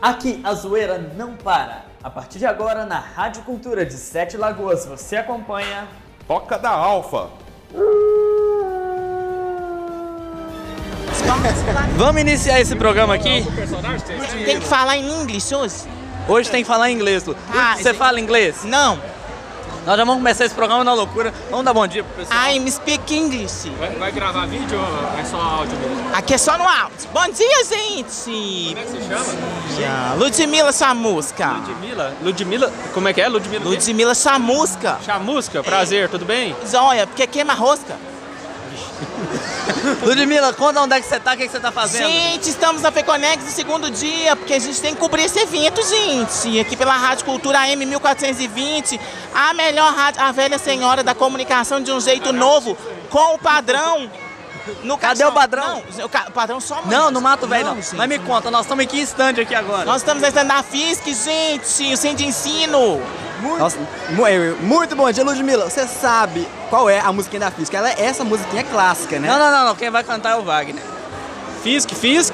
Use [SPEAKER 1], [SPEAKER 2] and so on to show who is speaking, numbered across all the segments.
[SPEAKER 1] Aqui a zoeira não para. A partir de agora, na Rádio Cultura de Sete Lagoas, você acompanha.
[SPEAKER 2] Toca da Alfa.
[SPEAKER 3] Vamos iniciar esse programa aqui?
[SPEAKER 4] Tem que falar em inglês hoje?
[SPEAKER 3] Hoje tem que falar inglês, Lu.
[SPEAKER 4] Ah,
[SPEAKER 3] Você
[SPEAKER 4] sim.
[SPEAKER 3] fala inglês?
[SPEAKER 4] Não.
[SPEAKER 3] Nós já vamos começar esse programa na loucura. Vamos dar bom dia pro pessoal.
[SPEAKER 4] I'm Ah, speak English.
[SPEAKER 5] Vai, vai gravar vídeo ou é só áudio mesmo?
[SPEAKER 4] Aqui é só no áudio. Bom dia, gente!
[SPEAKER 5] Como é que se chama?
[SPEAKER 4] Já. Ludmilla Chamusca.
[SPEAKER 5] Ludmilla? Ludmilla? Como é que é? Ludmilla?
[SPEAKER 4] Ludmilla Chamusca.
[SPEAKER 5] Chamusca, prazer, tudo bem?
[SPEAKER 4] Zóia, porque queima rosca.
[SPEAKER 3] Ah. Ludmila, conta onde é que você tá, o que, que você tá fazendo.
[SPEAKER 4] Gente, estamos na Feconex no segundo dia, porque a gente tem que cobrir esse evento, gente. Aqui pela Rádio Cultura AM 1420, a melhor rádio, a velha senhora da comunicação de um jeito novo, com o padrão. No
[SPEAKER 3] Cadê
[SPEAKER 4] caixão.
[SPEAKER 3] o padrão?
[SPEAKER 4] Não, o ca- padrão só amanhã,
[SPEAKER 3] Não, não
[SPEAKER 4] gente.
[SPEAKER 3] mato velho, não.
[SPEAKER 4] gente.
[SPEAKER 3] Mas me conta, nós estamos em que stand aqui agora?
[SPEAKER 4] Nós estamos na estante da FISC, gente, o centro de ensino.
[SPEAKER 6] Nossa, mu- eh, muito bom dia, Ludmilla. Você sabe qual é a musiquinha da física? Ela é essa musiquinha clássica, né?
[SPEAKER 3] Não, não, não, não. Quem vai cantar é o Wagner.
[SPEAKER 5] Fisk, Fisk?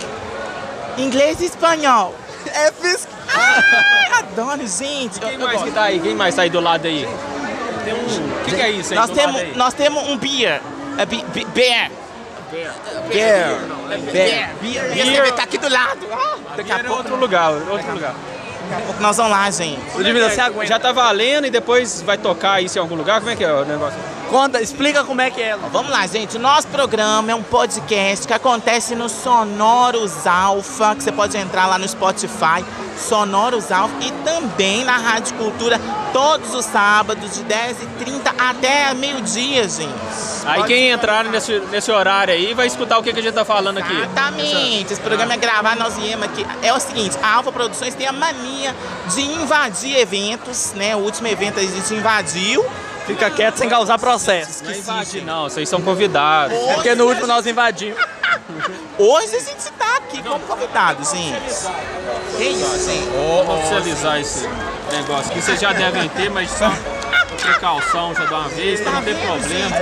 [SPEAKER 4] Inglês e espanhol.
[SPEAKER 6] É física.
[SPEAKER 4] Ai, adoro, gente. Eu-
[SPEAKER 5] Quem
[SPEAKER 4] eu
[SPEAKER 5] mais que
[SPEAKER 4] gosto.
[SPEAKER 5] tá aí? Quem mais tá aí do lado aí? Tem um... O que, que é isso aí
[SPEAKER 4] nós
[SPEAKER 5] do
[SPEAKER 4] temos,
[SPEAKER 5] lado aí?
[SPEAKER 4] nós temos um beer. É bi- bi- beer.
[SPEAKER 6] Bear.
[SPEAKER 4] Beer. Beer. E esse beer tá aqui do lado. Ah,
[SPEAKER 5] Daqui a pouco... outro lugar, é outro lugar.
[SPEAKER 4] Daqui a pouco nós vamos lá, gente.
[SPEAKER 3] Ludmila, você aguenta.
[SPEAKER 5] Já tá valendo e depois vai tocar isso em algum lugar? Como é que é o negócio?
[SPEAKER 3] Conta, explica como é que é. Lu.
[SPEAKER 4] Vamos lá, gente. O nosso programa é um podcast que acontece no Sonoros Alfa, que você pode entrar lá no Spotify, Sonoros Alfa, e também na Rádio Cultura, todos os sábados, de 10h30 até meio-dia, gente.
[SPEAKER 5] Aí quem entrar nesse, nesse horário aí vai escutar o que, que a gente tá falando aqui.
[SPEAKER 4] Exatamente. Esse programa é gravado, nós viemos aqui. É o seguinte, a Alfa Produções tem a mania de invadir eventos, né? O último evento a gente invadiu.
[SPEAKER 3] Fica quieto sem causar processo.
[SPEAKER 5] Não invade não, vocês são convidados.
[SPEAKER 3] É porque no último nós invadimos.
[SPEAKER 4] Hoje a gente tá aqui como convidado, gente. Que isso, gente?
[SPEAKER 5] Vou oficializar esse negócio que vocês já devem ter, mas só precaução já dá uma vez pra não ter problema.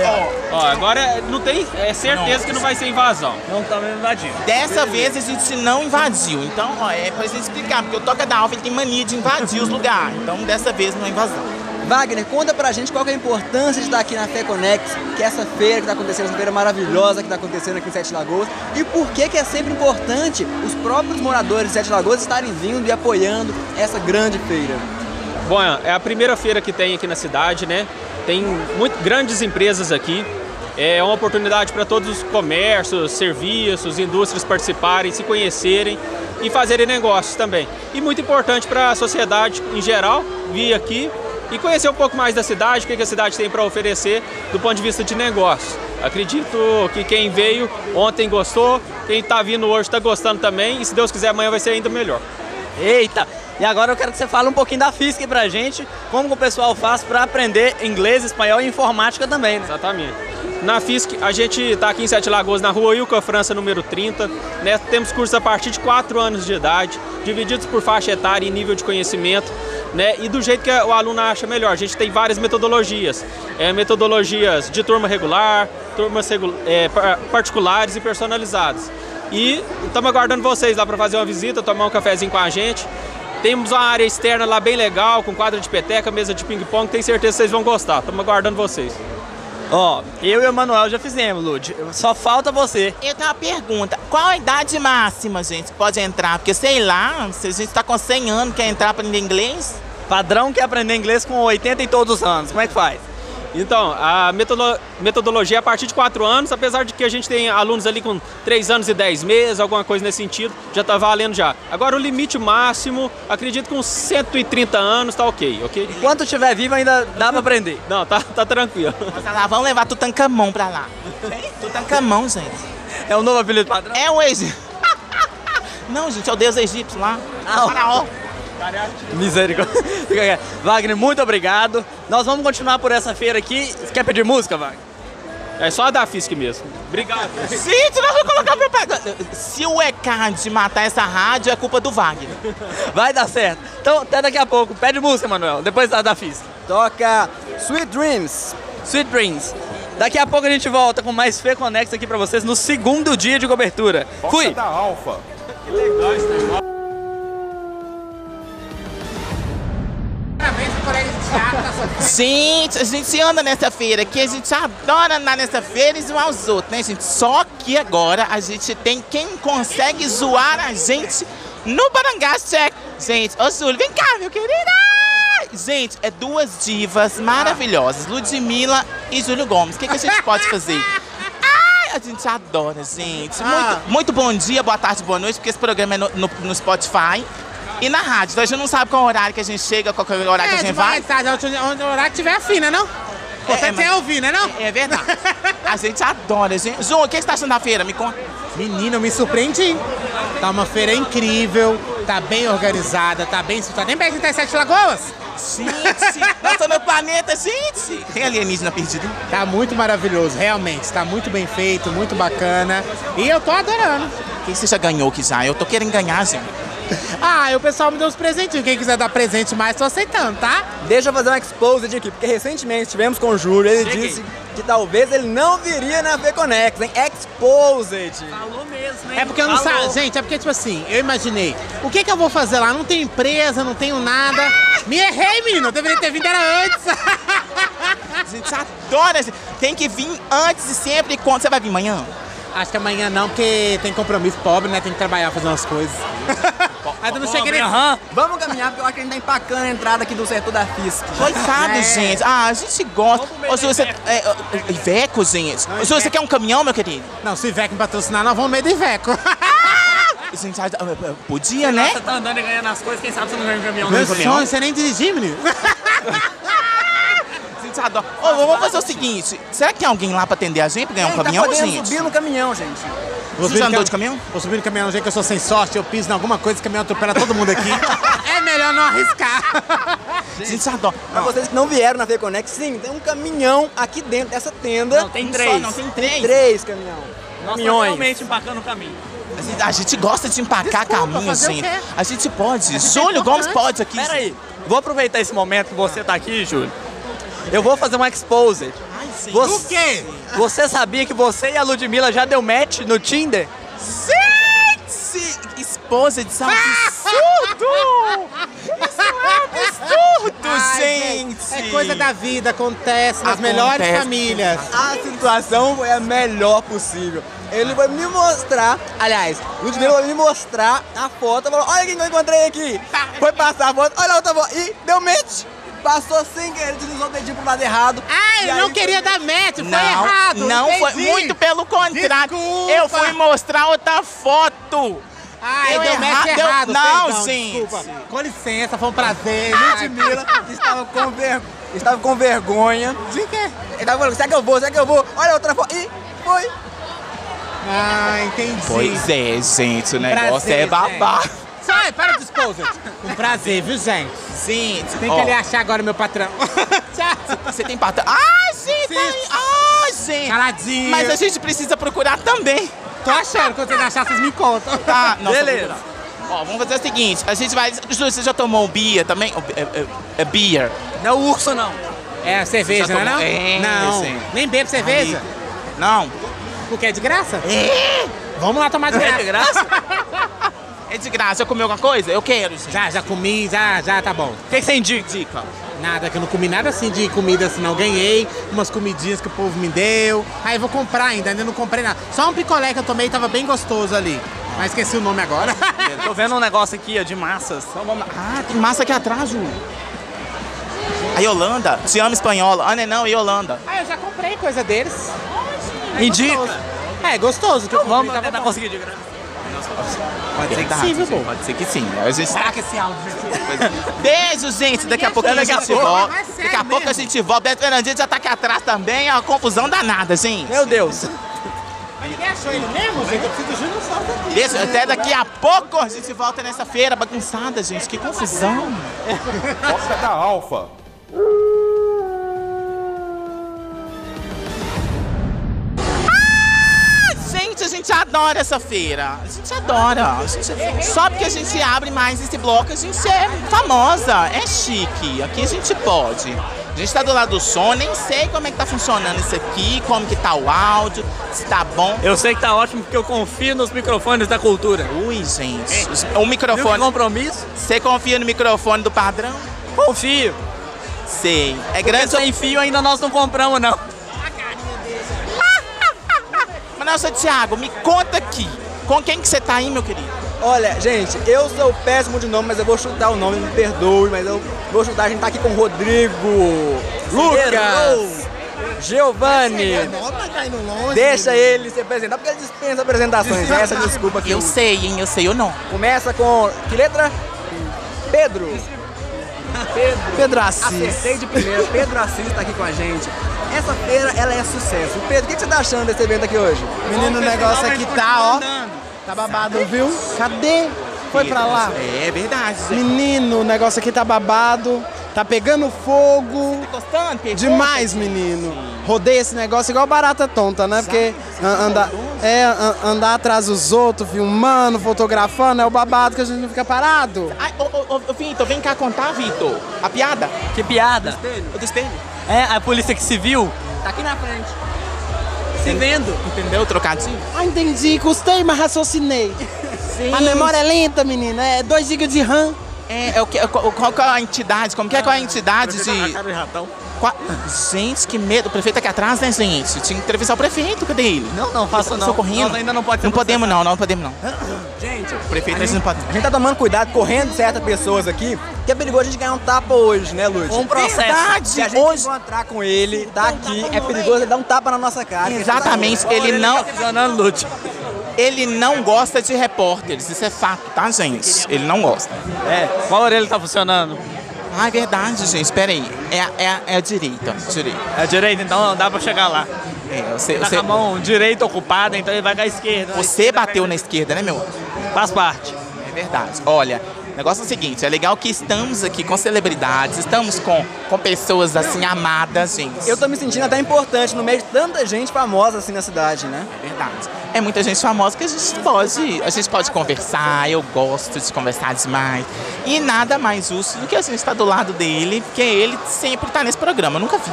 [SPEAKER 5] Ó, agora é- não tem é certeza que não vai ser invasão.
[SPEAKER 3] Não estamos invadindo.
[SPEAKER 4] Dessa vez a gente não invadiu. Então, ó, é pra gente explicar, porque o Toca da Alfa ele tem mania de invadir os lugares. Então, dessa vez não é invasão.
[SPEAKER 6] Wagner, conta pra gente qual que é a importância de estar aqui na FEConex, que é essa feira que tá acontecendo, essa feira maravilhosa que tá acontecendo aqui em Sete Lagoas, e por que que é sempre importante os próprios moradores de Sete Lagoas estarem vindo e apoiando essa grande feira.
[SPEAKER 5] Bom, é a primeira feira que tem aqui na cidade, né? Tem muito, grandes empresas aqui. É uma oportunidade para todos os comércios, serviços, indústrias participarem, se conhecerem e fazerem negócios também. E muito importante para a sociedade em geral vir aqui e conhecer um pouco mais da cidade, o que que a cidade tem para oferecer do ponto de vista de negócio. Acredito que quem veio ontem gostou, quem está vindo hoje está gostando também e se Deus quiser amanhã vai ser ainda melhor.
[SPEAKER 3] Eita! E agora eu quero que você fale um pouquinho da FISC pra gente, como que o pessoal faz pra aprender inglês, espanhol e informática também, né?
[SPEAKER 5] Exatamente. Na FISC, a gente está aqui em Sete Lagoas, na rua Ilca França, número 30. né? Temos cursos a partir de 4 anos de idade, divididos por faixa etária e nível de conhecimento, né? e do jeito que o aluno acha melhor. A gente tem várias metodologias: É, metodologias de turma regular, turmas regu- é, par- particulares e personalizadas. E estamos aguardando vocês lá para fazer uma visita, tomar um cafezinho com a gente. Temos uma área externa lá bem legal, com quadra de peteca, mesa de ping-pong. Tenho certeza que vocês vão gostar. Estamos aguardando vocês.
[SPEAKER 3] Ó, eu e o Manuel já fizemos, Lud. Só falta você.
[SPEAKER 4] Eu tenho uma pergunta. Qual a idade máxima, gente, que pode entrar? Porque, sei lá, se a gente tá com 100 anos, quer entrar pra aprender inglês?
[SPEAKER 3] Padrão quer aprender inglês com 80 e todos os anos. Como é que faz?
[SPEAKER 5] Então, a metodolo- metodologia é a partir de 4 anos, apesar de que a gente tem alunos ali com 3 anos e 10 meses, alguma coisa nesse sentido, já está valendo já. Agora o limite máximo, acredito que uns 130 anos tá ok, ok?
[SPEAKER 3] Enquanto estiver vivo ainda dá pra aprender.
[SPEAKER 5] Não, tá, tá tranquilo.
[SPEAKER 4] Mas lá, vamos levar Tutankamon pra lá. Tutankamon, gente.
[SPEAKER 3] É o novo apelido padrão.
[SPEAKER 4] É o ex... Não, gente, é o deus egípcio lá.
[SPEAKER 3] Ah, ó.
[SPEAKER 4] Faraó.
[SPEAKER 3] Misericórdia. Fica quieto. Wagner, muito obrigado. Nós vamos continuar por essa feira aqui. Você quer pedir música, Wagner?
[SPEAKER 5] É só a da FISC mesmo. Obrigado.
[SPEAKER 4] Gente, nós vamos colocar propaganda. Se o ECAD matar essa rádio, é culpa do Wagner.
[SPEAKER 3] Vai dar certo. Então, até daqui a pouco. Pede música, Manuel. Depois da, da FISC.
[SPEAKER 6] Toca Sweet Dreams.
[SPEAKER 3] Sweet Dreams. Daqui a pouco a gente volta com mais Fê Conex aqui pra vocês no segundo dia de cobertura.
[SPEAKER 2] Toca
[SPEAKER 3] Fui!
[SPEAKER 2] da Alfa.
[SPEAKER 4] Gente, a gente anda nessa feira aqui, a gente adora andar nessa feira e zoar os outros, né, gente? Só que agora a gente tem quem consegue zoar a gente no Barangás Check. Gente, ô Júlio, vem cá, meu querido! Gente, é duas divas maravilhosas, Ludmilla e Júlio Gomes. O que, que a gente pode fazer? Ai, a gente adora, gente. Muito, muito bom dia, boa tarde, boa noite, porque esse programa é no, no- no Spotify e na rádio. Então a gente não sabe qual horário que a gente chega, qual que é o horário
[SPEAKER 2] tá
[SPEAKER 4] que a gente vai.
[SPEAKER 2] tarde, onde, onde o horário tiver afim, né não? Importante
[SPEAKER 4] mas-
[SPEAKER 2] é ouvir, né não?
[SPEAKER 4] É verdade. A gente adora, gente. Ju, o que você tá achando da feira? Me conta.
[SPEAKER 2] Menino, eu me surpreendi. Tá uma feira incrível, tá bem organizada, tá bem... Tá nem perto de 37 Lagoas.
[SPEAKER 4] Gente, nós estamos no planeta, gente. Tem alienígena perdido?
[SPEAKER 2] Tá muito maravilhoso, realmente. Tá muito bem feito, muito bacana. E eu tô adorando.
[SPEAKER 4] Quem você já ganhou que já? Eu tô querendo ganhar, gente.
[SPEAKER 2] Ah, e o pessoal me deu uns presentinhos. Quem quiser dar presente mais, tô aceitando, tá?
[SPEAKER 6] Deixa eu fazer uma exposed aqui, porque recentemente estivemos com o Júlio, ele disse que talvez ele não viria na Feconex, hein? Exposed!
[SPEAKER 2] É porque eu não
[SPEAKER 3] Falou.
[SPEAKER 2] sabe. Gente, é porque, tipo assim, eu imaginei. O que que eu vou fazer lá? Não tenho empresa, não tenho nada. Me errei, menino. Eu deveria ter vindo era antes.
[SPEAKER 4] A gente adora, gente. Tem que vir antes e sempre. e Quando você vai vir amanhã?
[SPEAKER 2] Acho que amanhã não, porque tem compromisso pobre, né? Tem que trabalhar, fazer umas coisas. Ainda não cheguei nem...
[SPEAKER 6] Vamos caminhar, porque eu acho que a gente tá empacando a entrada aqui do setor da FISC.
[SPEAKER 4] Coitado,
[SPEAKER 2] É.
[SPEAKER 4] gente. Ah, a gente gosta.
[SPEAKER 3] Vamos pro
[SPEAKER 4] Ô, Ju, você. É, é, Iveco, gente. Ô, Ju, você quer um caminhão, meu querido?
[SPEAKER 2] Não, se Iveco me patrocinar, nós vamos no meio do Iveco.
[SPEAKER 4] Gente, ah, podia, né?
[SPEAKER 3] tá andando e ganhando as coisas, quem sabe você não ganha um caminhão.
[SPEAKER 2] Meu sonho, você nem dirigir, menino.
[SPEAKER 4] A gente adora. Ô, vamos fazer o seguinte. Será que tem alguém lá pra atender a gente pra ganhar um
[SPEAKER 6] Quem
[SPEAKER 4] caminhão,
[SPEAKER 6] tá podendo
[SPEAKER 4] gente?
[SPEAKER 6] subir no caminhão, gente.
[SPEAKER 2] Vou
[SPEAKER 4] Você já andou de caminhão?
[SPEAKER 2] Vou subir no caminhão, gente, que eu sou sem sorte, eu piso em alguma coisa, o caminhão atropela todo mundo aqui. é melhor não arriscar.
[SPEAKER 4] A gente adora.
[SPEAKER 6] Pra vocês que não vieram na Feconex, sim, tem um caminhão aqui dentro dessa tenda.
[SPEAKER 3] Não, tem
[SPEAKER 4] Um só,
[SPEAKER 3] três.
[SPEAKER 4] não, tem
[SPEAKER 6] Tem
[SPEAKER 4] três.
[SPEAKER 6] três caminhão.
[SPEAKER 3] Nós estamos
[SPEAKER 6] Caminhões.
[SPEAKER 3] realmente empacando o caminho.
[SPEAKER 4] A gente- A gente gosta de empacar caminho,
[SPEAKER 2] fazer o
[SPEAKER 4] gente.
[SPEAKER 2] quê? é
[SPEAKER 4] A gente pode. Júlio Gomes pode aqui.
[SPEAKER 3] Pera aí, vou aproveitar esse momento que você tá aqui, Júlio.
[SPEAKER 6] Eu vou fazer uma exposed.
[SPEAKER 4] Ai, gente.
[SPEAKER 3] um Você-
[SPEAKER 2] O quê?
[SPEAKER 3] Você sabia que você e a Ludmilla já deu match no Tinder?
[SPEAKER 4] Gente, esposa de sabe absurdo! Isso é absurdo,
[SPEAKER 2] Ai,
[SPEAKER 4] gente!
[SPEAKER 2] É coisa da vida, acontece nas
[SPEAKER 4] Acontece.
[SPEAKER 2] melhores famílias.
[SPEAKER 6] A situação é a melhor possível. Ele vai me mostrar, aliás, o Ludmilla vai me mostrar a foto. Falou: Olha quem que eu encontrei aqui.
[SPEAKER 2] Tá.
[SPEAKER 6] Foi passar a foto, olha a outra foto. E deu match. Passou sem querer, deslizou o dedinho pro lado errado.
[SPEAKER 2] Ah,
[SPEAKER 6] E
[SPEAKER 2] eu
[SPEAKER 6] aí
[SPEAKER 2] não queria dar match, foi
[SPEAKER 4] Não,
[SPEAKER 2] errado.
[SPEAKER 4] não foi.
[SPEAKER 2] entendi.
[SPEAKER 4] Muito pelo contrário.
[SPEAKER 2] Desculpa.
[SPEAKER 4] Eu fui mostrar outra foto.
[SPEAKER 2] Ai,
[SPEAKER 4] Deu
[SPEAKER 2] deu, match
[SPEAKER 4] erra- deu-
[SPEAKER 2] errado.
[SPEAKER 4] não,
[SPEAKER 2] perdão,
[SPEAKER 4] gente.
[SPEAKER 2] Desculpa. Com licença, foi um prazer.
[SPEAKER 6] Ludmilla estava com, ver... estava com vergonha.
[SPEAKER 2] De quê?
[SPEAKER 6] Ele tava falando: Será que eu vou? Será que eu vou? Olha a outra foto. E foi.
[SPEAKER 2] Ah, entendi.
[SPEAKER 4] Pois é, gente,
[SPEAKER 3] Um
[SPEAKER 4] o negócio
[SPEAKER 2] Prazer,
[SPEAKER 4] é babado.
[SPEAKER 2] Sai, para de esposa. Um prazer, viu, gente?
[SPEAKER 4] Gente,
[SPEAKER 2] Tem
[SPEAKER 4] ó,
[SPEAKER 2] que ali achar agora meu patrão. Tchau.
[SPEAKER 4] você tem patrão. Ai, gente!
[SPEAKER 2] Sim.
[SPEAKER 4] ai, Ai, gente!
[SPEAKER 2] Caladinho.
[SPEAKER 4] Mas a gente precisa procurar também.
[SPEAKER 2] Tô achando, quando vocês acharem, vocês me contam.
[SPEAKER 4] Tá, não,
[SPEAKER 3] Beleza.
[SPEAKER 4] tô procurando. Ó, vamos fazer o seguinte, a gente vai... Ju, você já tomou um bia também? Oh, é, é, é beer.
[SPEAKER 3] Não é o urso, não.
[SPEAKER 2] É, cerveja,
[SPEAKER 4] Você
[SPEAKER 2] não é
[SPEAKER 4] já
[SPEAKER 2] não?
[SPEAKER 4] tomou? É,
[SPEAKER 2] não,
[SPEAKER 4] sim.
[SPEAKER 2] nem bebo cerveja,
[SPEAKER 4] Não,
[SPEAKER 2] porque é de graça. Vamos lá tomar de graça.
[SPEAKER 3] É de graça?
[SPEAKER 4] é de graça. Já comeu alguma coisa? Eu quero, gente.
[SPEAKER 2] Já, já comi, já, já, tá bom.
[SPEAKER 3] O que que você indica? Dica.
[SPEAKER 2] Nada, que eu não comi nada assim de comida assim, não. Ganhei umas comidinhas que o povo me deu. Aí eu vou comprar ainda, ainda não comprei nada. Só um picolé que eu tomei, tava bem gostoso ali. Mas esqueci o nome agora.
[SPEAKER 3] Tô vendo um negócio aqui, ó, de massas. Então vamos lá.
[SPEAKER 4] Ah, tem massa aqui atrás, Ju. A Yolanda, te amo espanhola. Ah, não, é não, Yolanda.
[SPEAKER 2] ah, eu já comprei coisa deles.
[SPEAKER 3] Indica.
[SPEAKER 2] É, gostoso. Que eu comprei,
[SPEAKER 3] Vamos
[SPEAKER 2] tava
[SPEAKER 3] tentar
[SPEAKER 2] bom.
[SPEAKER 3] conseguir de graça.
[SPEAKER 4] Pode ser
[SPEAKER 2] sim, viu, bom?
[SPEAKER 4] Pode ser que sim. A gente...
[SPEAKER 2] Será que esse áudio
[SPEAKER 4] Beijo, gente. Daqui a pouco a
[SPEAKER 2] Daqui a
[SPEAKER 4] gente
[SPEAKER 2] pouco.
[SPEAKER 4] volta.
[SPEAKER 2] Mas sério
[SPEAKER 4] Daqui a pouco a
[SPEAKER 2] mesmo.
[SPEAKER 4] gente volta. Beto Fernandes já tá aqui atrás também. É uma confusão danada, gente.
[SPEAKER 3] Meu Deus.
[SPEAKER 2] Mas ninguém achou ele mesmo, gente? Eu preciso de um só daqui.
[SPEAKER 4] Beijo. Até daqui a pouco a gente volta nessa feira bagunçada, gente. Que confusão.
[SPEAKER 7] da Alfa.
[SPEAKER 4] Gente, a gente adora essa feira. A gente adora. A gente- Só porque a gente abre mais esse bloco, a gente é famosa, é chique. Aqui a gente pode. A gente tá do lado do som, nem sei como é que tá funcionando isso aqui, como que tá o áudio, se tá bom.
[SPEAKER 3] Eu sei que tá ótimo porque eu confio nos microfones da cultura.
[SPEAKER 4] Ui, gente. O
[SPEAKER 3] Viu que
[SPEAKER 4] microfone.
[SPEAKER 3] compromisso?
[SPEAKER 4] Você confia no microfone do padrão?
[SPEAKER 3] Confio.
[SPEAKER 4] Sei. É
[SPEAKER 3] Grande
[SPEAKER 4] grande
[SPEAKER 3] sem fio ainda nós não compramos, não.
[SPEAKER 4] Mas nossa, Thiago, me conta aqui. Com quem que você tá aí, meu querido?
[SPEAKER 6] Olha, gente, eu sou péssimo de nome, mas eu vou chutar o nome, me perdoe, mas eu vou chutar. A gente tá aqui com o Rodrigo, Lucas,
[SPEAKER 3] é
[SPEAKER 6] Giovanni. Deixa ele se apresentar, porque ele dispensa apresentações. É essa a desculpa aqui.
[SPEAKER 4] Eu sei, hein? Eu sei o nome.
[SPEAKER 6] Começa com. Que letra? Pedro.
[SPEAKER 4] Pedro Assis.
[SPEAKER 6] Acertei de primeira, Pedro Assis tá aqui com a gente. Essa feira, ela é sucesso. Pedro, o que que você tá achando desse evento aqui hoje?
[SPEAKER 8] Menino, o negócio
[SPEAKER 2] é
[SPEAKER 8] aqui tá, ó. Tá babado, viu? Cadê? Foi pra lá.
[SPEAKER 4] É verdade. gente.
[SPEAKER 8] Menino, o negócio aqui tá babado. Tá pegando fogo.
[SPEAKER 4] Gostando, Pedro?
[SPEAKER 8] Demais, menino. Rodei esse negócio igual barata tonta, né? Porque an- andar, é, an- andar atrás dos outros, filmando, fotografando, é o babado que a gente não fica parado.
[SPEAKER 4] Ai, ô, ô, ô, Vitor, vem cá contar, Vitor. A piada?
[SPEAKER 3] Que piada.
[SPEAKER 4] O do espelho.
[SPEAKER 3] É, a polícia que se viu
[SPEAKER 6] Tá aqui na frente.
[SPEAKER 3] se vendo.
[SPEAKER 4] Entendeu o trocadinho?
[SPEAKER 8] Ah, entendi. Custei, mas raciocinei. A memória é lenta, menina. É 2 GB de RAM.
[SPEAKER 4] É, é o que, é, qual, qual que é a entidade? Como que é, qual é a entidade
[SPEAKER 3] tá
[SPEAKER 4] de... Qua- Gente, que medo. O prefeito aqui atrás, né, gente? Tinha que entrevistar o prefeito, cadê ele? Tá
[SPEAKER 3] Não, não, faço não.
[SPEAKER 4] Socorrendo.
[SPEAKER 3] Nós ainda não pode ser
[SPEAKER 4] Não podemos não, não podemos não.
[SPEAKER 6] Gente,
[SPEAKER 4] O prefeito, eles não podem.
[SPEAKER 6] a gente tá tomando cuidado, correndo certas pessoas aqui, que é perigoso a gente ganhar um tapa hoje, né, Lúcio?
[SPEAKER 3] Um processo.
[SPEAKER 4] Verdade,
[SPEAKER 6] Se a gente
[SPEAKER 4] hoje...
[SPEAKER 6] encontrar com ele, tá aqui, é perigoso ele dar um tapa na nossa cara.
[SPEAKER 4] Exatamente, ele não,
[SPEAKER 3] Funcionando, Lute.
[SPEAKER 4] ele não gosta de repórteres, isso é fato, tá, gente? Ele não gosta.
[SPEAKER 3] É, qual orelha tá funcionando?
[SPEAKER 4] Ah, é verdade, gente, espera aí. É, a- é, a- é a direita, ó, direita.
[SPEAKER 3] É direita, então não dá pra chegar lá.
[SPEAKER 4] É, você,
[SPEAKER 3] Tá
[SPEAKER 4] você,
[SPEAKER 3] com a mão direita ocupada, então ele vai com a esquerda.
[SPEAKER 4] você bateu na esquerda, né, meu?
[SPEAKER 3] Faz parte.
[SPEAKER 4] É verdade. Olha, o negócio é o seguinte, é legal que estamos aqui com celebridades, estamos com, com pessoas, assim, amadas, gente.
[SPEAKER 6] Eu tô me sentindo até importante no meio de tanta gente famosa assim na cidade, né?
[SPEAKER 4] É verdade. É muita gente famosa que a gente pode, a gente pode conversar, eu gosto de conversar demais. E nada mais justo do que a gente estar do lado dele, porque ele sempre tá nesse programa, eu nunca vi.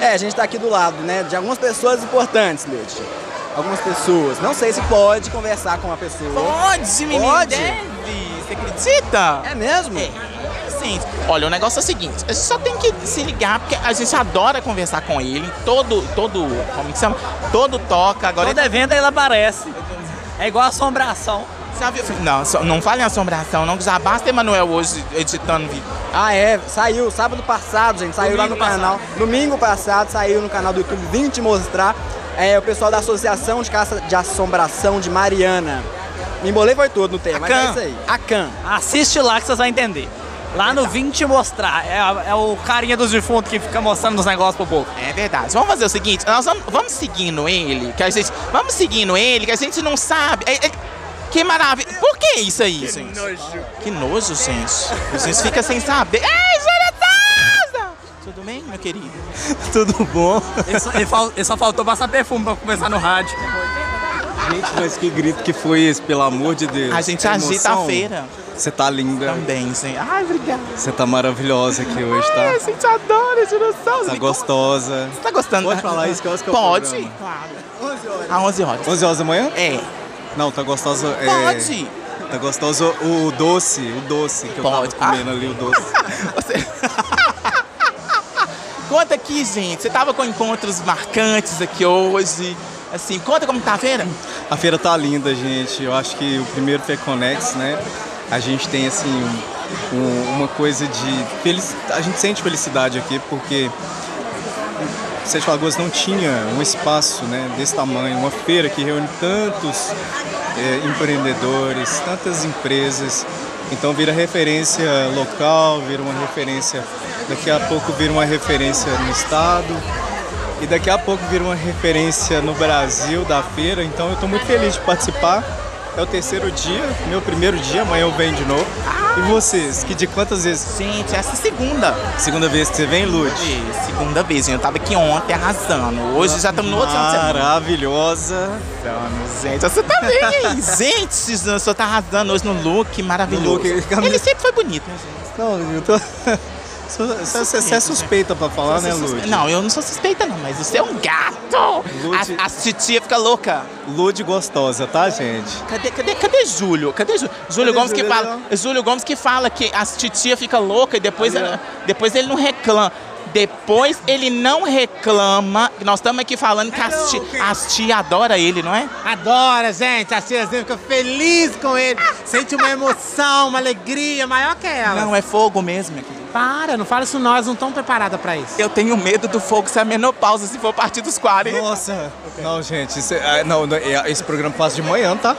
[SPEAKER 6] É, a gente tá aqui do lado, né, de algumas pessoas importantes, Lute. Algumas pessoas. Não sei se pode conversar com uma pessoa.
[SPEAKER 4] Pode, menino,
[SPEAKER 6] Pode?
[SPEAKER 4] deve. Você acredita?
[SPEAKER 6] É mesmo?
[SPEAKER 4] Sim. Olha, o negócio é o seguinte, a gente só tem que se ligar, porque a gente adora conversar com ele, todo, todo, como que chama? Todo toca, agora
[SPEAKER 3] Todo evento ele é aparece. É igual assombração.
[SPEAKER 4] Já viu- Não, só- não fale em assombração, não, que já basta Emanuel hoje editando vídeo.
[SPEAKER 6] Ah, é. Saiu sábado passado, gente. Saiu lá no
[SPEAKER 3] Domingo passado.
[SPEAKER 6] canal. Domingo passado, saiu no canal do YouTube. Vim te mostrar. É, o pessoal da Associação de Caça de Assombração de Mariana. Me embolei foi todo no tema, mas é
[SPEAKER 4] Acan.
[SPEAKER 6] isso aí. A CAN.
[SPEAKER 3] Assiste lá que vocês vão entender. Lá no Vim te mostrar. É, a- é o carinha dos defuntos que fica mostrando os negócios pro povo.
[SPEAKER 4] É verdade. Vamos fazer o seguinte, nós vamos, vamos seguindo ele, que a gente. Vamos seguindo ele, que a gente não sabe. É- é- que maravilha. Por que isso aí, gente? Que nojo. Que nojo, gente. A gente fica sem saber. Ei, Jonathan! Tudo bem, meu querido? Tudo bom?
[SPEAKER 3] Ele só, ele fal- ele só faltou passar perfume pra começar no rádio.
[SPEAKER 9] Gente, mas que grito que foi esse, pelo amor de Deus.
[SPEAKER 4] A gente
[SPEAKER 9] Que
[SPEAKER 4] agita a
[SPEAKER 9] emoção.
[SPEAKER 4] feira.
[SPEAKER 9] Você tá linda.
[SPEAKER 4] Também, gente. Ai, obrigada.
[SPEAKER 9] Você tá maravilhosa aqui hoje,
[SPEAKER 4] Ai, a
[SPEAKER 9] tá?
[SPEAKER 4] gente adora, Jonathan.
[SPEAKER 9] Tá gostosa.
[SPEAKER 4] Você tá gostando?
[SPEAKER 9] Pode falar isso, que horas que é o
[SPEAKER 4] Pode?
[SPEAKER 9] programa?
[SPEAKER 4] Claro. Às 11 horas.
[SPEAKER 9] 11 horas da manhã?
[SPEAKER 4] É.
[SPEAKER 9] Não, tá gostosa. é,
[SPEAKER 4] Pode.
[SPEAKER 9] Tá gostoso o doce, o doce que eu
[SPEAKER 4] Pode.
[SPEAKER 9] tava comendo ali, o doce.
[SPEAKER 4] Você... conta aqui, gente. Você tava com encontros marcantes aqui hoje. Assim, conta como tá a feira.
[SPEAKER 9] A feira tá linda, gente. Eu acho que o primeiro Feconex, né? A gente tem assim um- um- uma coisa de feliz, a gente sente felicidade aqui porque Sete Lagoas não tinha um espaço, né, desse tamanho, uma feira que reúne tantos é, empreendedores, tantas empresas. Então vira referência local, vira uma referência. Daqui a pouco vira uma referência no estado. E daqui a pouco vira uma referência no Brasil da feira, então eu estou muito feliz de participar. É o terceiro dia, meu primeiro dia, amanhã eu venho de novo. E vocês, que de quantas vezes?
[SPEAKER 4] Gente, essa é a segunda.
[SPEAKER 9] Segunda vez que você vem, Lud?
[SPEAKER 4] É, segunda vez, gente. Eu tava aqui ontem arrasando. Hoje já estamos no outro ano de semana.
[SPEAKER 9] Maravilhosa.
[SPEAKER 4] Gente, você tá bem. gente, você tá arrasando hoje no look maravilhoso.
[SPEAKER 9] No look, camisa-
[SPEAKER 4] Ele sempre foi bonito, né, gente?
[SPEAKER 9] Não, eu tô.
[SPEAKER 6] Você- Você você é suspeita pra falar, né,
[SPEAKER 2] é
[SPEAKER 6] Lud?
[SPEAKER 4] Não, eu não sou suspeita, não, mas você é um gato!
[SPEAKER 6] Lud-
[SPEAKER 4] A, a titia fica louca.
[SPEAKER 6] Lud gostosa, tá, gente?
[SPEAKER 4] Cadê, cadê, cadê Júlio? Cadê Júlio? Júlio Gomes que
[SPEAKER 6] Júlio,
[SPEAKER 4] fala, Júlio Gomes que fala que a titia fica louca e depois, ela- depois ele não reclama. Depois ele não reclama. Nós estamos aqui falando que as ti- as tia adora ele, não é?
[SPEAKER 2] Adora, gente. As tias dele ficam felizes com ele. Sente uma emoção, uma alegria maior que ela.
[SPEAKER 4] Não, é fogo mesmo, minha querida.
[SPEAKER 2] Para, não fala isso, nós não estamos preparadas pra isso.
[SPEAKER 4] Eu tenho medo do fogo ser a menopausa se for partir dos 40.
[SPEAKER 6] Nossa! Não, gente, isso é- ah, não, não, é- esse programa passa de manhã, tá?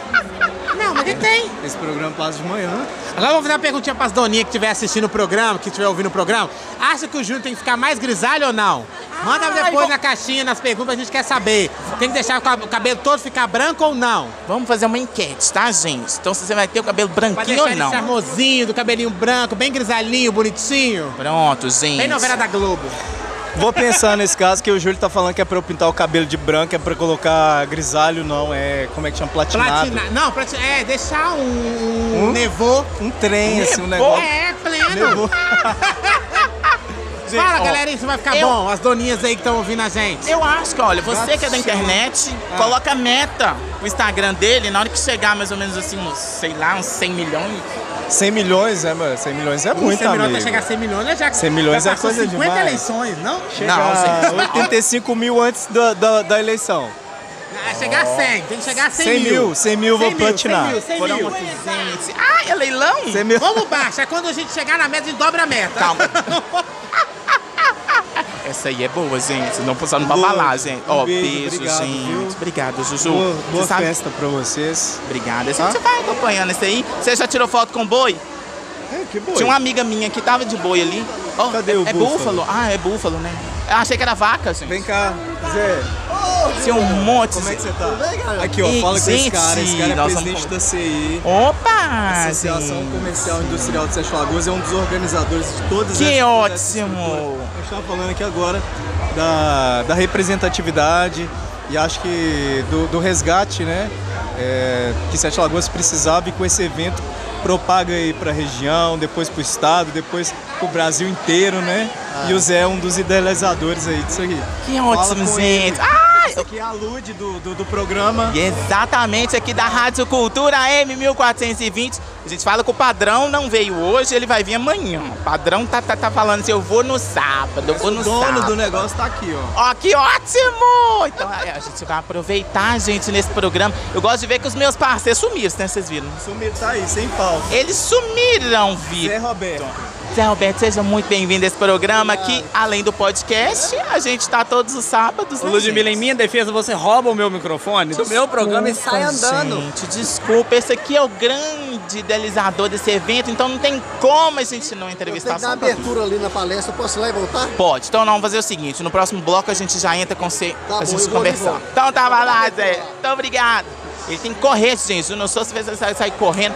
[SPEAKER 2] Não, mas que tem.
[SPEAKER 6] Esse programa passa de manhã.
[SPEAKER 2] Agora eu vou fazer uma perguntinha pras doninhas que estiver assistindo o programa, que estiver ouvindo o programa. Acha que o Júnior tem que ficar mais grisalho ou não? Manda depois na caixinha, nas perguntas, a gente quer saber. Tem que deixar o cab- o cabelo todo ficar branco ou não?
[SPEAKER 4] Vamos fazer uma enquete, tá, gente? Então se você vai ter o cabelo
[SPEAKER 2] Pra
[SPEAKER 4] branquinho
[SPEAKER 2] deixar
[SPEAKER 4] ou
[SPEAKER 2] ele
[SPEAKER 4] não.
[SPEAKER 2] charmosinho, do cabelinho branco, bem grisalhinho, bonitinho.
[SPEAKER 4] Pronto, gente.
[SPEAKER 2] Bem novela da Globo.
[SPEAKER 6] Vou pensar nesse caso que o Júlio tá falando que é pra eu pintar o cabelo de branco, é pra eu colocar grisalho, não, é. Como é que chama? Platinado.
[SPEAKER 2] Platina... Não, platina... é, deixar um,
[SPEAKER 6] Hum?
[SPEAKER 2] nevô.
[SPEAKER 6] Um trem, assim, um negócio.
[SPEAKER 2] É, pleno. Fala, galera, isso vai ficar
[SPEAKER 4] eu-
[SPEAKER 2] bom. As doninhas aí que estão ouvindo a gente.
[SPEAKER 4] Eu acho que, olha, você que é da internet,
[SPEAKER 6] Ah.
[SPEAKER 4] coloca meta pro Instagram dele, na hora que chegar mais ou menos assim, uns, sei lá, uns 100 milhões.
[SPEAKER 6] 100 milhões, é, mano? 100 milhões é muito,
[SPEAKER 2] 100 milhões
[SPEAKER 6] amigo.
[SPEAKER 2] pra chegar a 100 milhões, né, já que
[SPEAKER 6] 100 milhões
[SPEAKER 2] já
[SPEAKER 6] é
[SPEAKER 2] passou
[SPEAKER 6] coisa
[SPEAKER 2] 50
[SPEAKER 6] demais.
[SPEAKER 2] eleições, não?
[SPEAKER 6] Chegar a 85 mil antes da, da, da eleição.
[SPEAKER 2] Ah, chegar a 100, tem que chegar a 100,
[SPEAKER 6] 100 mil, 100 mil vou
[SPEAKER 2] 100
[SPEAKER 6] platinar.
[SPEAKER 2] 100 mil, 100 mil.
[SPEAKER 4] Foram gente. Ah, é leilão?
[SPEAKER 6] 100 mil.
[SPEAKER 2] Vamos baixa, quando a gente chegar na meta, a gente dobra a meta.
[SPEAKER 4] Calma. Essa aí é boa, gente. Não precisa não pra
[SPEAKER 6] Boa.
[SPEAKER 4] falar, gente.
[SPEAKER 6] Um
[SPEAKER 4] Ó,
[SPEAKER 6] beijo,
[SPEAKER 4] beijo,
[SPEAKER 6] obrigado,
[SPEAKER 4] gente.
[SPEAKER 6] viu?
[SPEAKER 4] Obrigado, Juju.
[SPEAKER 6] Boa,
[SPEAKER 4] Você
[SPEAKER 6] boa
[SPEAKER 4] sabe-
[SPEAKER 6] festa pra vocês.
[SPEAKER 4] Obrigado. Esse- Você vai acompanhando isso aí. Você já tirou foto com o boi?
[SPEAKER 6] É, que boi.
[SPEAKER 4] Tinha uma amiga minha que tava de boi ali. Ó,
[SPEAKER 6] Cadê
[SPEAKER 4] é,
[SPEAKER 6] o
[SPEAKER 4] é
[SPEAKER 6] búfalo?
[SPEAKER 4] búfalo? Ah, é búfalo, né? Eu achei que era vaca, gente.
[SPEAKER 6] Vem cá, Zé.
[SPEAKER 4] Tinha um monte.
[SPEAKER 6] Como é que
[SPEAKER 4] gente.
[SPEAKER 6] você tá? Aqui, ó,
[SPEAKER 4] Ih,
[SPEAKER 6] fala com esse
[SPEAKER 4] gente,
[SPEAKER 6] cara. Esse cara é
[SPEAKER 4] nós vamos
[SPEAKER 6] presidente
[SPEAKER 4] conver-
[SPEAKER 6] da CI.
[SPEAKER 4] Opa!
[SPEAKER 6] Associação
[SPEAKER 4] Ah, gente.
[SPEAKER 6] Comercial e Industrial de Sete Lagoas é um dos organizadores de todas
[SPEAKER 4] Que
[SPEAKER 6] essas-
[SPEAKER 4] ótimo!
[SPEAKER 6] Eu estava tá falando aqui agora da, da representatividade e acho que do, do resgate, né? é, que Sete Lagoas precisava e com esse evento propaga aí para a região, depois para o estado, depois para o Brasil inteiro, né? E o Zé é um dos idealizadores aí disso aqui.
[SPEAKER 4] Ah. Que
[SPEAKER 6] Fala
[SPEAKER 4] ótimo,
[SPEAKER 6] com ele.
[SPEAKER 4] gente! Ah,
[SPEAKER 6] Esse aqui é a Lude do, do, do programa.
[SPEAKER 4] E é Exatamente, aqui da Rádio Cultura M1420. A gente fala que o padrão não veio hoje, ele vai vir amanhã. O padrão tá, tá, tá falando assim, eu vou no sábado, eu vou no
[SPEAKER 6] o dono
[SPEAKER 4] sábado.
[SPEAKER 6] do negócio tá aqui, ó.
[SPEAKER 4] Ó, que ótimo! Então é, a gente vai aproveitar, gente, nesse programa. Eu gosto de ver que os meus parceiros sumiram, né? Vocês viram?
[SPEAKER 6] Sumir tá aí, sem pau.
[SPEAKER 4] Eles sumiram, Vitor.
[SPEAKER 6] Zé Roberto.
[SPEAKER 4] Zé Roberto, seja muito bem-vindo a esse programa aqui. Além do podcast, a gente tá todos os sábados, né,
[SPEAKER 3] Ludmilla,
[SPEAKER 4] gente?
[SPEAKER 3] em minha defesa, você rouba o meu microfone do meu programa e
[SPEAKER 10] Tá
[SPEAKER 3] sai andando.
[SPEAKER 4] Gente, desculpa, esse aqui é o grande idealizador desse evento, então não tem como a gente não entrevistar só um pouquinho.
[SPEAKER 10] ali na palestra, posso ir lá e voltar?
[SPEAKER 4] Pode, então não, vamos fazer o seguinte, no próximo bloco a gente já entra com você,
[SPEAKER 10] Tá
[SPEAKER 4] a
[SPEAKER 10] bom,
[SPEAKER 4] gente
[SPEAKER 10] eu vou, eu
[SPEAKER 4] conversar.
[SPEAKER 10] vou.
[SPEAKER 4] Então tá, vai lá, Zé. Então obrigado. Ele tem que correr, gente, eu não sou se você vai sair correndo.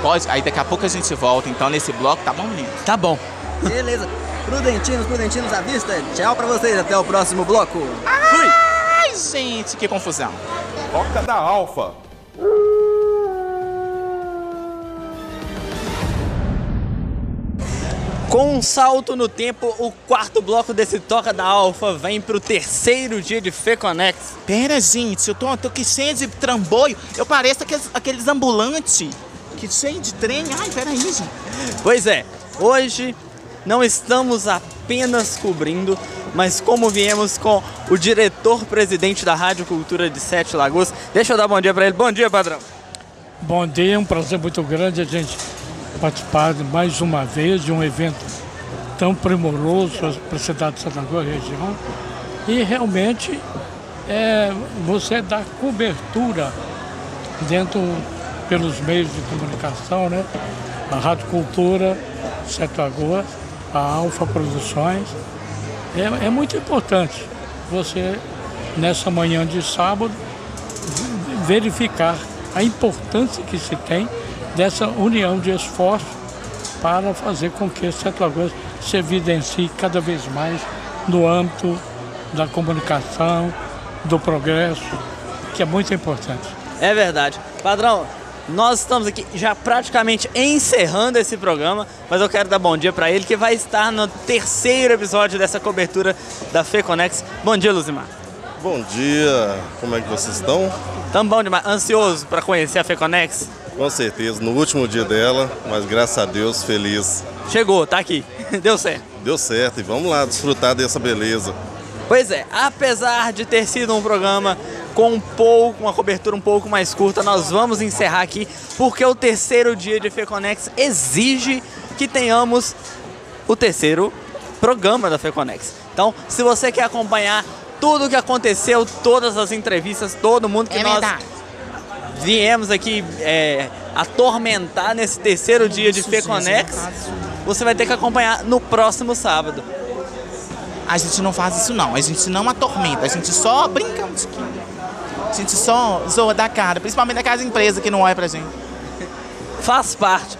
[SPEAKER 4] Pode, aí daqui a pouco a gente volta, então nesse bloco, tá bom, menino?
[SPEAKER 3] Tá bom.
[SPEAKER 11] Beleza. Prudentinos, prudentinos à vista. Tchau pra vocês. Até o próximo bloco.
[SPEAKER 4] Ai, gente, que confusão.
[SPEAKER 7] Toca da Alfa.
[SPEAKER 3] Com um salto no tempo, o quarto bloco desse Toca da Alfa vem pro terceiro dia de Feconex.
[SPEAKER 4] Pera, gente, eu tô, tô aqui cheio de tramboio, eu pareço aqueles, aqueles ambulantes, que cheio de trem, ai, peraí, gente.
[SPEAKER 3] Pois é, hoje não estamos apenas cobrindo, mas como viemos com o diretor-presidente da Rádio Cultura de Sete Lagoas. Deixa eu dar bom dia pra ele. Bom dia, padrão.
[SPEAKER 12] Bom dia, é um prazer muito grande a gente participar de mais uma vez de um evento tão primoroso para a cidade de Santa Cruz e região. E realmente é, você dá cobertura dentro pelos meios de comunicação, né? A Rádio Cultura, Sete Lagoas, a Alfa Produções. É, é muito importante você, nessa manhã de sábado, verificar a importância que se tem dessa união de esforço para fazer com que Sete Lagoas se evidencie cada vez mais no âmbito da comunicação, do progresso, que é muito importante.
[SPEAKER 3] É verdade. Padrão, Nós estamos aqui já praticamente encerrando esse programa, mas eu quero dar bom dia para ele, que vai estar no terceiro episódio dessa cobertura da FECONEX. Bom dia, Luzimar.
[SPEAKER 13] Bom dia, como é que vocês estão?
[SPEAKER 3] Tamo bom demais, ansioso para conhecer a FECONEX?
[SPEAKER 13] Com certeza, no último dia dela, mas graças a Deus, feliz.
[SPEAKER 3] Chegou, tá aqui, deu certo.
[SPEAKER 13] Deu certo, e vamos lá desfrutar dessa beleza.
[SPEAKER 3] Pois é, apesar de ter sido um programa com um pouco, uma cobertura um pouco mais curta, nós vamos encerrar aqui, porque o terceiro dia de FECONEX exige que tenhamos o terceiro programa da FECONEX. Então, se você quer acompanhar tudo o que aconteceu, todas as entrevistas, todo mundo que
[SPEAKER 2] É
[SPEAKER 3] nós
[SPEAKER 2] verdade.
[SPEAKER 3] viemos aqui é, atormentar nesse terceiro dia de
[SPEAKER 2] é
[SPEAKER 3] FECONEX, você vai ter que acompanhar no próximo sábado.
[SPEAKER 2] A gente não faz isso não, a gente não atormenta, a gente só brinca um tiquinho. A gente só zoa da cara, principalmente daquelas empresas que não olham pra gente.
[SPEAKER 3] Faz parte.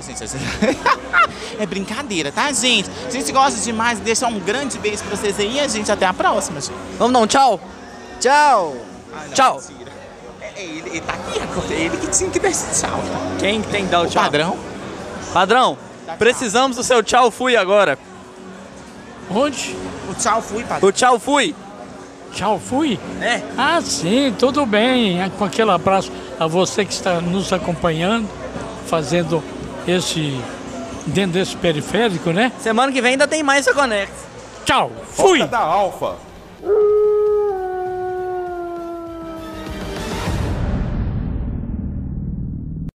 [SPEAKER 2] É brincadeira, tá, gente? A gente gosta demais, deixa um grande beijo pra vocês aí e a gente até a próxima, gente.
[SPEAKER 3] Vamos dar um tchau? Tchau! tchau!
[SPEAKER 2] É ele, ele tá aqui agora, é ele que tinha que dar esse tchau.
[SPEAKER 3] Quem tem que dar o tchau?
[SPEAKER 2] padrão?
[SPEAKER 3] Padrão, precisamos do seu tchau fui agora.
[SPEAKER 12] Onde?
[SPEAKER 2] O tchau fui,
[SPEAKER 3] O tchau fui.
[SPEAKER 12] Tchau, fui? É. Ah, sim, tudo bem. É, Com aquele abraço a você que está nos acompanhando, fazendo esse. dentro desse periférico, né?
[SPEAKER 3] Semana que vem ainda tem mais Feconex.
[SPEAKER 12] Tchau, fui!
[SPEAKER 14] da Alfa.